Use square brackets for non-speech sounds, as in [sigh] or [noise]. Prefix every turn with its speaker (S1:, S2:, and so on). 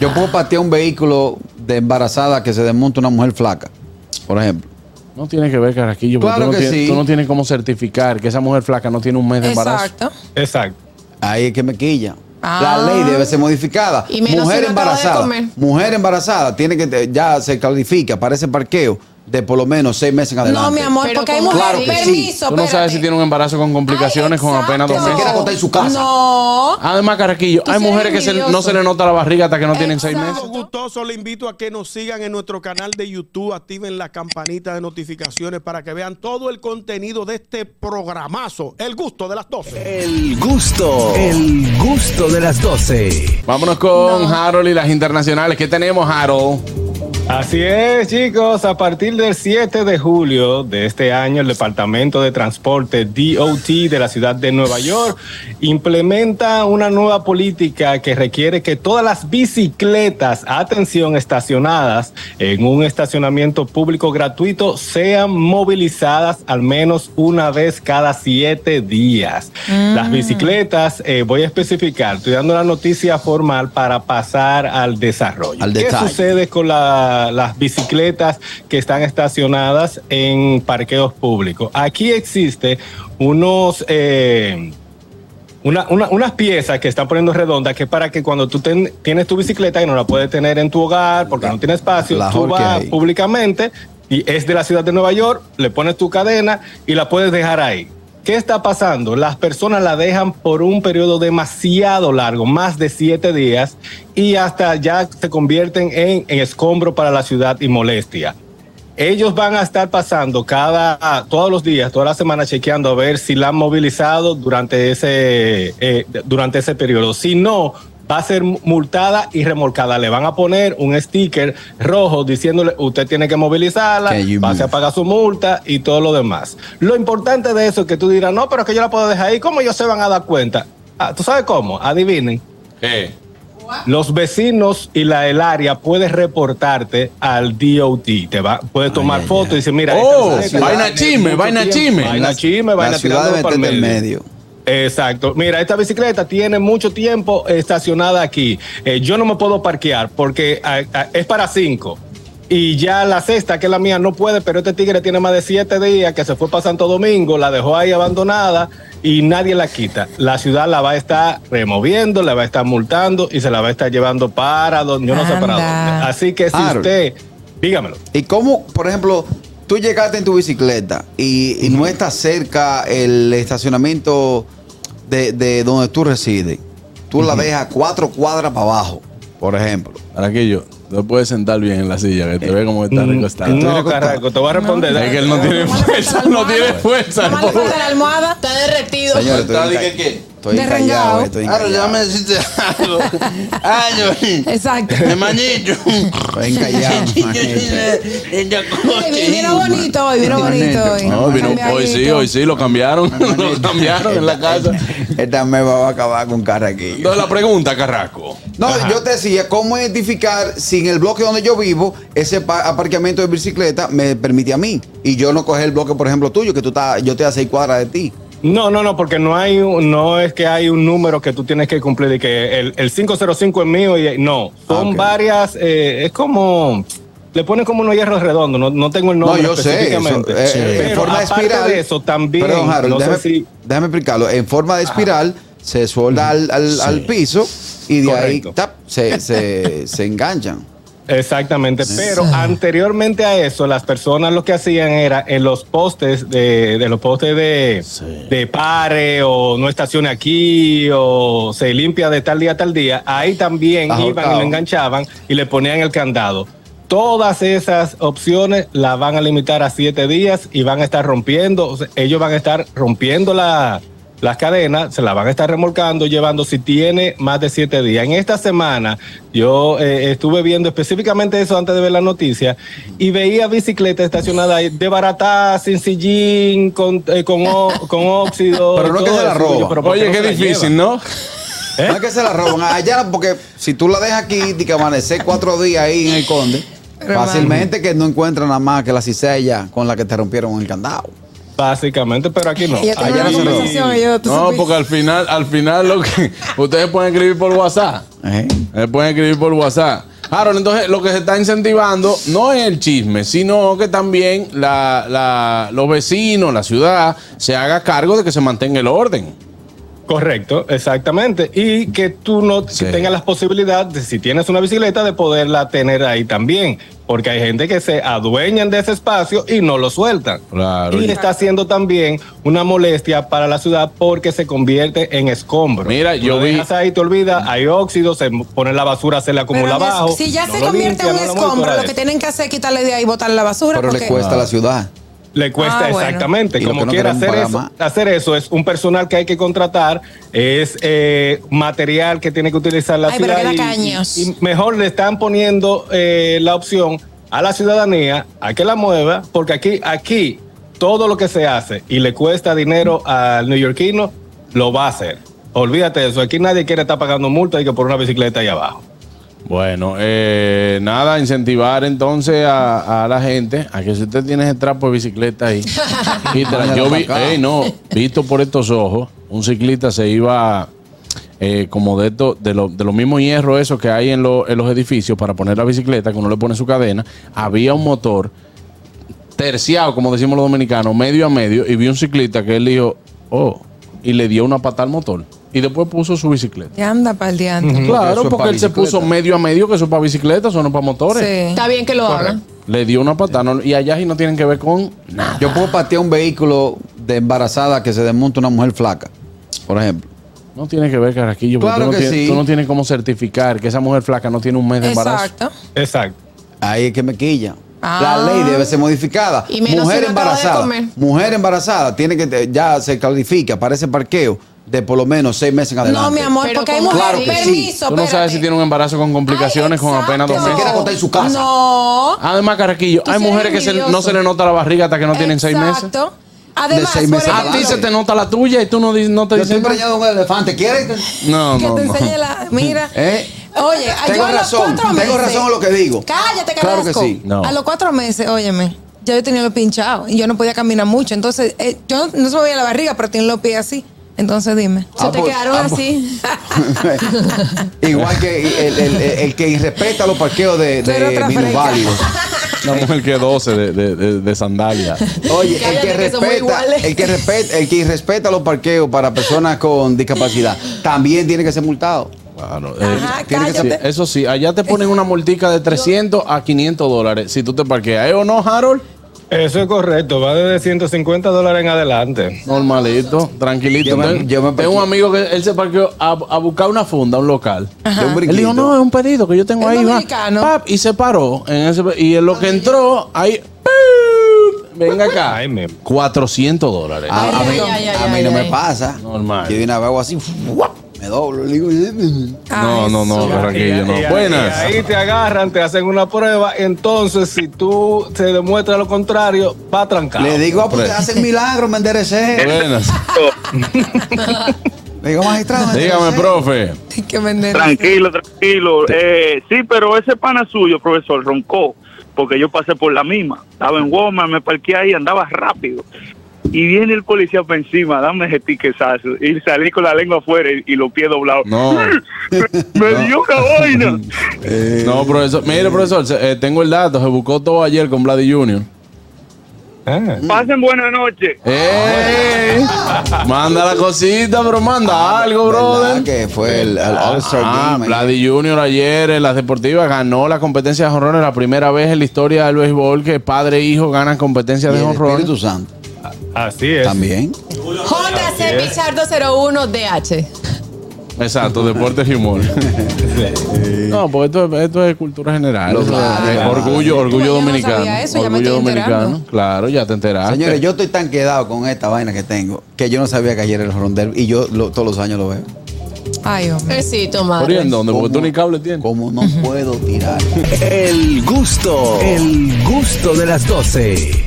S1: Yo puedo patear un vehículo de embarazada que se desmonta una mujer flaca, por ejemplo.
S2: No tiene que ver, Carraquillo, porque
S1: Claro
S2: tú, no
S1: que
S2: tienes,
S1: sí.
S2: tú no tienes cómo certificar que esa mujer flaca no tiene un mes de embarazo.
S3: Exacto.
S4: Exacto.
S1: Ahí es que me quilla.
S3: Ah.
S1: La ley debe ser modificada.
S3: Y menos
S1: mujer
S3: si no acaba de
S1: embarazada.
S3: comer.
S1: Mujer embarazada tiene que te- ya se califica para ese parqueo de por lo menos seis meses en adelante.
S3: No, mi amor,
S5: Pero
S3: porque hay
S5: con-
S3: mujeres.
S1: Claro que sí.
S3: permiso,
S2: Tú no sabes
S3: espérate.
S2: si tiene un embarazo con complicaciones
S3: Ay,
S2: con apenas dos
S3: exacto.
S1: Se quiere
S2: meses.
S1: acostar en su casa.
S3: No.
S2: Además, Carraquillo,
S3: Tú
S2: hay
S3: sí
S2: mujeres que
S3: eres
S2: se- no
S3: envidioso.
S2: se le nota la barriga hasta que no tienen seis
S3: Exacto.
S2: meses.
S3: Exacto.
S6: gustoso le invito a que nos sigan en nuestro canal de YouTube, activen la campanita de notificaciones para que vean todo el contenido de este programazo, El Gusto de las 12.
S7: El gusto, el gusto de las 12.
S2: Vámonos con Harold y las internacionales. ¿Qué tenemos, Harold?
S4: Así es, chicos. A partir del 7 de julio de este año, el Departamento de Transporte DOT de la ciudad de Nueva York implementa una nueva política que requiere que todas las bicicletas, atención, estacionadas en un estacionamiento público gratuito sean movilizadas al menos una vez cada siete días. Las bicicletas, eh, voy a especificar, estoy dando la noticia formal para pasar al desarrollo.
S1: Al
S4: ¿Qué
S1: detalle.
S4: sucede? ustedes con la- las bicicletas que están estacionadas en parqueos públicos? Aquí existe unos... eh, una- una- unas piezas que están poniendo redondas que para que cuando tú ten- tienes tu bicicleta que no la puedes tener en tu hogar porque no tiene espacio,
S1: la
S4: tú
S1: horca
S4: vas
S1: ahí.
S4: públicamente y es de la ciudad de Nueva York, le pones tu cadena y la puedes dejar ahí. ¿Qué está pasando? Las personas la dejan por un periodo demasiado largo, más de siete días, y hasta ya se convierten en, en escombro para la ciudad y molestia. Ellos van a estar pasando cada, todos los días, todas las semanas, chequeando a ver si la han movilizado durante ese, eh, durante ese periodo. Si no, va a ser multada y remolcada. Le van a poner un sticker rojo diciéndole, usted tiene que movilizarla,
S1: Can you
S4: pase a
S1: move?
S4: pagar su multa y todo lo demás. Lo importante de eso es que tú dirás, no, pero es que yo la puedo dejar ahí. ¿Cómo ellos se van a dar cuenta? Ah, ¿Tú sabes cómo? Adivinen. Los vecinos y la, el área puedes reportarte al DOT. Te va, puedes tomar
S1: ay,
S4: fotos y decir, mira,
S2: Oh,
S4: esta es la
S2: vaina
S4: ciudad,
S2: chisme,
S4: mucho
S2: vaina
S4: tiempo,
S2: chisme.
S4: Vaina
S1: La-
S4: chisme, vaina
S1: La ciudad
S4: tirándolo
S1: debe
S4: pa'l
S1: meter del
S4: medio.
S1: medio.
S4: Exacto. Mira, esta bicicleta tiene mucho tiempo estacionada aquí. Eh, yo no me puedo parquear porque ah, ah, es para cinco. Y ya la sexta, que es la mía, no puede, pero este tigre tiene más de siete días que se fue para Santo Domingo, la dejó ahí abandonada y nadie la quita. La ciudad la va a estar removiendo, la va a estar multando y se la va a estar llevando para donde, yo no sé para
S3: Anda.
S4: dónde. Así que si
S1: Harold.
S4: usted, dígamelo.
S1: ¿Y cómo, por ejemplo, tú llegaste en tu bicicleta y, y no está cerca el estacionamiento de, de donde tú resides? Tú la dejas cuatro cuadras para abajo, por ejemplo.
S2: Carraquillo, no puedes sentar bien en la silla, que te ve como está recostado.
S4: No,
S1: recostado.
S4: carajo, te voy a responder.
S2: Es que él Mm. no tiene
S3: Tómale
S2: fuerza,
S3: la
S2: no
S3: almohada.
S2: tiene fuerza.
S3: Tómale
S2: pobre.
S3: de la almohada.
S5: Está derretido. [laughs]
S1: Señores, estoy,
S2: ¿Está
S1: enca-
S2: de qué, qué?
S1: estoy
S3: Derrengado.
S1: encallado. Estoy
S8: Claro, ya me
S1: encallado.
S8: hiciste algo. Año,
S3: Exacto.
S8: hermanito.
S1: Estoy encallado. manito.
S3: [laughs] Ay, vino bonito hoy, vino bonito hoy.
S2: No, vino- hoy sí, hoy sí, lo cambiaron. [laughs] lo cambiaron en la casa.
S1: Esta me va a acabar con cara aquí.
S2: Entonces, la pregunta, Carraco.
S1: No, yo te decía, ¿cómo identificar si en el bloque donde yo vivo, ese pa- aparcamiento de bicicleta me permite a mí? Y yo no coger el bloque, por ejemplo, tuyo, que tú estás, yo te a seis cuadras de ti.
S4: No, no, no, porque no hay, un- no es que hay un número que tú tienes que cumplir y que el, el 505 es mío y no, son
S1: Ah, ok.
S4: varias, eh, es como le ponen como unos hierros redondos, no, no tengo el
S1: No,
S4: nombre
S1: yo sé. eso,
S4: específicamente.
S1: eh, eh,
S4: Pero
S1: en forma de
S4: aparte
S1: espiral.
S4: de eso también,
S1: Perdón, Harold,
S4: no sé
S1: déjame,
S4: si-
S1: déjame explicarlo. En forma de espiral se suelda al, al- al piso y de ahí
S4: Correcto.
S1: tap, se, se, se enganchan.
S4: Exactamente, pero anteriormente a eso, las personas lo que hacían era en los postes de, de los postes de, de pare o no estacione aquí o se limpia de tal día a tal día, ahí también iban y
S1: Ajotado.
S4: lo enganchaban y le ponían el candado. Todas esas opciones las van a limitar a siete días y van a estar rompiendo, o sea, ellos van a estar rompiendo la- las cadenas, se las van a estar remolcando, llevando si tiene más de siete días. En esta semana yo eh, estuve viendo específicamente eso antes de ver la noticia y veía bicicletas estacionadas ahí, de barata, sin sillín, con, eh, con, o-
S1: [laughs]
S4: con óxido.
S1: Pero no es que
S4: todo
S1: se la
S4: eso. Yo,
S1: roban.
S4: pero ¿por
S2: Oye,
S4: no
S2: qué
S4: se la
S2: difícil,
S4: llevan?
S2: ¿no?
S4: ¿Eh?
S1: No es que se la roban allá, porque si tú la dejas aquí y que amanecer cuatro días ahí en el conde,
S3: Pero,
S1: fácilmente que no encuentran nada más que la cicella con la que te rompieron el candado.
S4: Básicamente, pero aquí no.
S3: Yo tengo
S4: Allá
S3: una
S4: sí.
S3: conversación y yo, tú
S2: No,
S3: supiste.
S2: porque al final, al final lo que [laughs] ustedes pueden escribir por WhatsApp.
S1: ¿Eh?
S2: Ustedes pueden escribir por WhatsApp. Harold, entonces lo que se está incentivando no es el chisme, sino que también la- la- los vecinos, la ciudad, se haga cargo de que se mantenga el orden.
S4: Correcto, exactamente. Y que tú no que
S2: Sí.
S4: tengas las posibilidades, de, si tienes una bicicleta, de poderla tener ahí también. Porque hay gente que se adueñan de ese espacio y no lo sueltan.
S2: Claro.
S4: Y está haciendo también una molestia para la ciudad porque se convierte en escombro.
S2: Mira,
S4: Tú
S2: yo
S4: lo
S2: vi-
S4: dejas ahí, te olvidas, hay óxido, se pone la basura, se le acumula
S3: Pero no es-
S4: abajo.
S3: si ya
S4: no
S3: se
S4: lo
S3: convierte en un
S4: limpia, no lo
S3: escombro, lo
S4: monitora.
S3: que tienen que hacer es quitarle de ahí y botar la basura.
S1: Pero
S3: porque...
S1: le cuesta a la ciudad.
S4: Le cuesta
S3: Ah, bueno.
S4: exactamente.
S1: Y lo
S4: Como
S1: que no
S4: quiera
S1: queremos
S4: hacer
S1: pagar
S4: eso,
S1: más.
S4: hacer eso es un personal que hay que contratar, es eh, material que tiene que utilizar la
S3: Ay, pero
S4: ciudad.
S3: queda
S4: y-
S3: caños.
S4: y, mejor le están poniendo eh, la opción a la ciudadanía a que la mueva, porque aquí, aquí todo lo que se hace y le cuesta dinero al neoyorquino, lo va a hacer. Olvídate de eso. Aquí nadie quiere estar pagando multa y que por una bicicleta ahí abajo.
S2: Bueno, eh, nada, incentivar entonces a, a la gente a que si usted tiene ese trapo de bicicleta ahí, quítala. yo vi, ey, no, visto por estos ojos, un ciclista se iba eh, como de esto, de los de los mismos hierros esos que hay en, lo- en los edificios para poner la bicicleta, que uno le pone su cadena, había un motor terciado, como decimos los dominicanos, medio a medio, y vi un ciclista que él dijo, oh, y le dio una pata al motor, y después puso su bicicleta.
S3: Y anda para el
S2: [laughs]
S3: diante.
S1: Eso
S2: Claro,
S1: es
S2: porque
S1: pa'
S2: él se
S1: bicicleta.
S2: puso medio a medio, que eso es para bicicletas, eso no es para motores.
S3: Sí.
S5: Está bien que lo hagan.
S2: Le dio una patada no- y allá sí no tienen que ver con nada.
S1: Yo puedo patear un vehículo de embarazada que se desmonta una mujer flaca, por ejemplo.
S2: No tiene que ver, Carraquillo, porque
S1: Claro
S2: tú, no
S1: que
S2: tienes,
S1: sí.
S2: tú no tienes cómo certificar que esa mujer flaca no tiene un mes de embarazo.
S3: Exacto.
S4: Exacto.
S1: Ahí es que me quilla.
S3: Ah.
S1: La ley debe ser modificada.
S5: Y menos
S1: mujer
S5: si no acaba de
S1: embarazada.
S5: comer.
S1: Mujer embarazada tiene que ya se califica para ese parqueo de por lo menos seis meses en adelante.
S3: No, mi amor,
S5: Pero
S3: porque hay
S5: con-
S3: mujeres.
S1: Claro que sí.
S3: permiso,
S2: Tú no sabes
S3: espérate.
S2: si tiene un embarazo con complicaciones
S3: Ay,
S2: con apenas dos
S3: exacto.
S1: Se quiere
S2: meses.
S1: acostar en su casa.
S3: No.
S2: Además, Carraquillo,
S5: Tú
S2: hay
S5: sí
S2: mujeres que
S5: eres
S2: se- no
S5: envidioso.
S2: se le nota la barriga hasta que no tienen seis meses.
S3: Exacto. Además,
S1: seis meses
S3: por
S1: para
S2: A ti
S1: Claro.
S2: se
S3: ejemplo,
S2: te nota la tuya y tú no, di- no te
S1: Yo estoy
S2: dices nada.
S1: preñado de un elefante. ¿Quieres?
S5: [laughs]
S2: No,
S3: que
S2: no,
S3: te
S2: no.
S3: enseñe la.
S2: [laughs]
S3: Mira.
S1: ¿Eh?
S3: Oye, a- yo
S1: Tengo
S3: a los
S1: razón,
S3: cuatro meses.
S1: tengo razón en lo que digo.
S3: Cállate,
S1: Claro
S3: carajo.
S1: que sí.
S2: No.
S3: A los cuatro meses, óyeme, ya yo tenía lo pinchado y yo no podía caminar mucho. Entonces, eh, yo no se me veía la barriga, pero tenía los pies así. Entonces, dime.
S5: Se
S1: Ah,
S5: te
S1: pues,
S5: quedaron
S1: ah, pues.
S5: así.
S1: [laughs] Igual que el, el- el- el que irrespeta los parqueos de,
S3: Tú eres
S1: de
S3: otra fresca.
S1: minusválidos.
S5: [laughs]
S2: La mujer que 12 de, de, de, de sandalia.
S1: Oye, el
S5: Cállate,
S1: que,
S5: que somos
S1: respeta,
S5: iguales.
S1: el que respeta, el que irrespeta los parqueos para personas con discapacidad también tiene que ser multado.
S2: Claro. eh,
S3: Ajá,
S1: tiene que ser-
S3: cállate.
S2: Eso sí, allá te ponen una multica de 300 a 500 dólares si tú te parqueas. ¿Eh o no, Harold?
S4: Eso es correcto. Va desde 150 dólares en adelante.
S2: Normalito, tranquilito.
S1: Yo me-
S2: Ten-
S1: yo me
S2: tengo un
S1: parqueo.
S2: amigo que él se parqueó a, a buscar una funda, un local.
S1: De un
S2: Él dijo,
S1: brinquito.
S2: no, es un pedido que yo tengo
S3: Es
S2: ahí. va".
S3: dominicano.
S2: Pap, y se paró. En ese, y en lo que entró, ahí... ¡pum! Venga acá.
S4: Ay, mi-
S2: 400 dólares. Ah,
S1: A, a
S5: Ay,
S1: mí,
S5: ay, ay,
S1: a
S5: ay,
S1: mí no
S5: ay,
S1: me
S5: ay.
S1: pasa.
S2: Normal.
S1: Yo de una vez hago así, ¡guap! me doblo. le digo, "Eh,
S2: no,
S3: [laughs] Ay,
S2: no, no,
S3: sí.
S2: Carraquillo, no.
S4: Y ahí-
S2: Buenas.
S4: y ahí te agarran, te hacen una prueba. Entonces, si tú te demuestras lo contrario, va trancado.
S1: le digo, ah, pues hacen milagros, me
S3: [laughs]
S1: enderecé.
S2: [laughs] Buenas.
S1: Le digo, magistrado, me
S2: Dígame,
S1: enderecé".
S2: profe.
S3: Hay que vender.
S9: Tranquilo, tranquilo. Eh, sí, pero ese pana suyo, profesor, roncó, porque yo pasé por la misma. Estaba en Walmart, me parqué ahí, andaba rápido. Y viene el policía por encima, dame ese tiquezazo. Y salí con la lengua afuera y, y los pies doblados.
S2: No.
S9: [laughs] Me dio una vaina.
S2: No, profesor. Mire, profesor, se- eh, tengo el dato. Se buscó todo ayer con Vladi Junior.
S4: Ah.
S9: Pasen buena noche.
S2: ¡Ey! manda la cosita, bro. Manda algo,
S1: Ah, ¿Verdad
S2: brother.
S1: que fue el, el All-Star
S2: Ah,
S1: Game. ahí?
S2: Vladi Junior ayer en las deportivas ganó la competencia de jonrones la primera vez en la historia del béisbol que padre e hijo ganan competencias
S1: Y
S2: de
S1: el Espíritu
S2: jonrones.
S1: Santo
S4: Así es.
S1: también.
S5: JC Pichardo 01 DH.
S2: Exacto, deportes
S1: [laughs]
S2: y humor. no, pues esto, es- esto es cultura general.
S1: Lo
S2: Eso es-
S1: claro.
S2: Orgullo, orgullo
S3: Yo no sabía
S2: dominicano.
S3: eso, ya me
S2: orgullo
S3: estoy enterando.
S2: dominicano. Claro, ya te enteraste.
S1: Señores, yo estoy tan quedado con esta vaina que tengo que yo no sabía que ayer era el rondel y yo lo- todos los años lo veo.
S3: Ay, hombre.
S5: Besito,
S2: ¿Por ahí
S5: madre.
S2: en dónde? Porque tú ni cable tienes.
S1: Como no puedo tirar.
S7: El gusto, el gusto de las doce.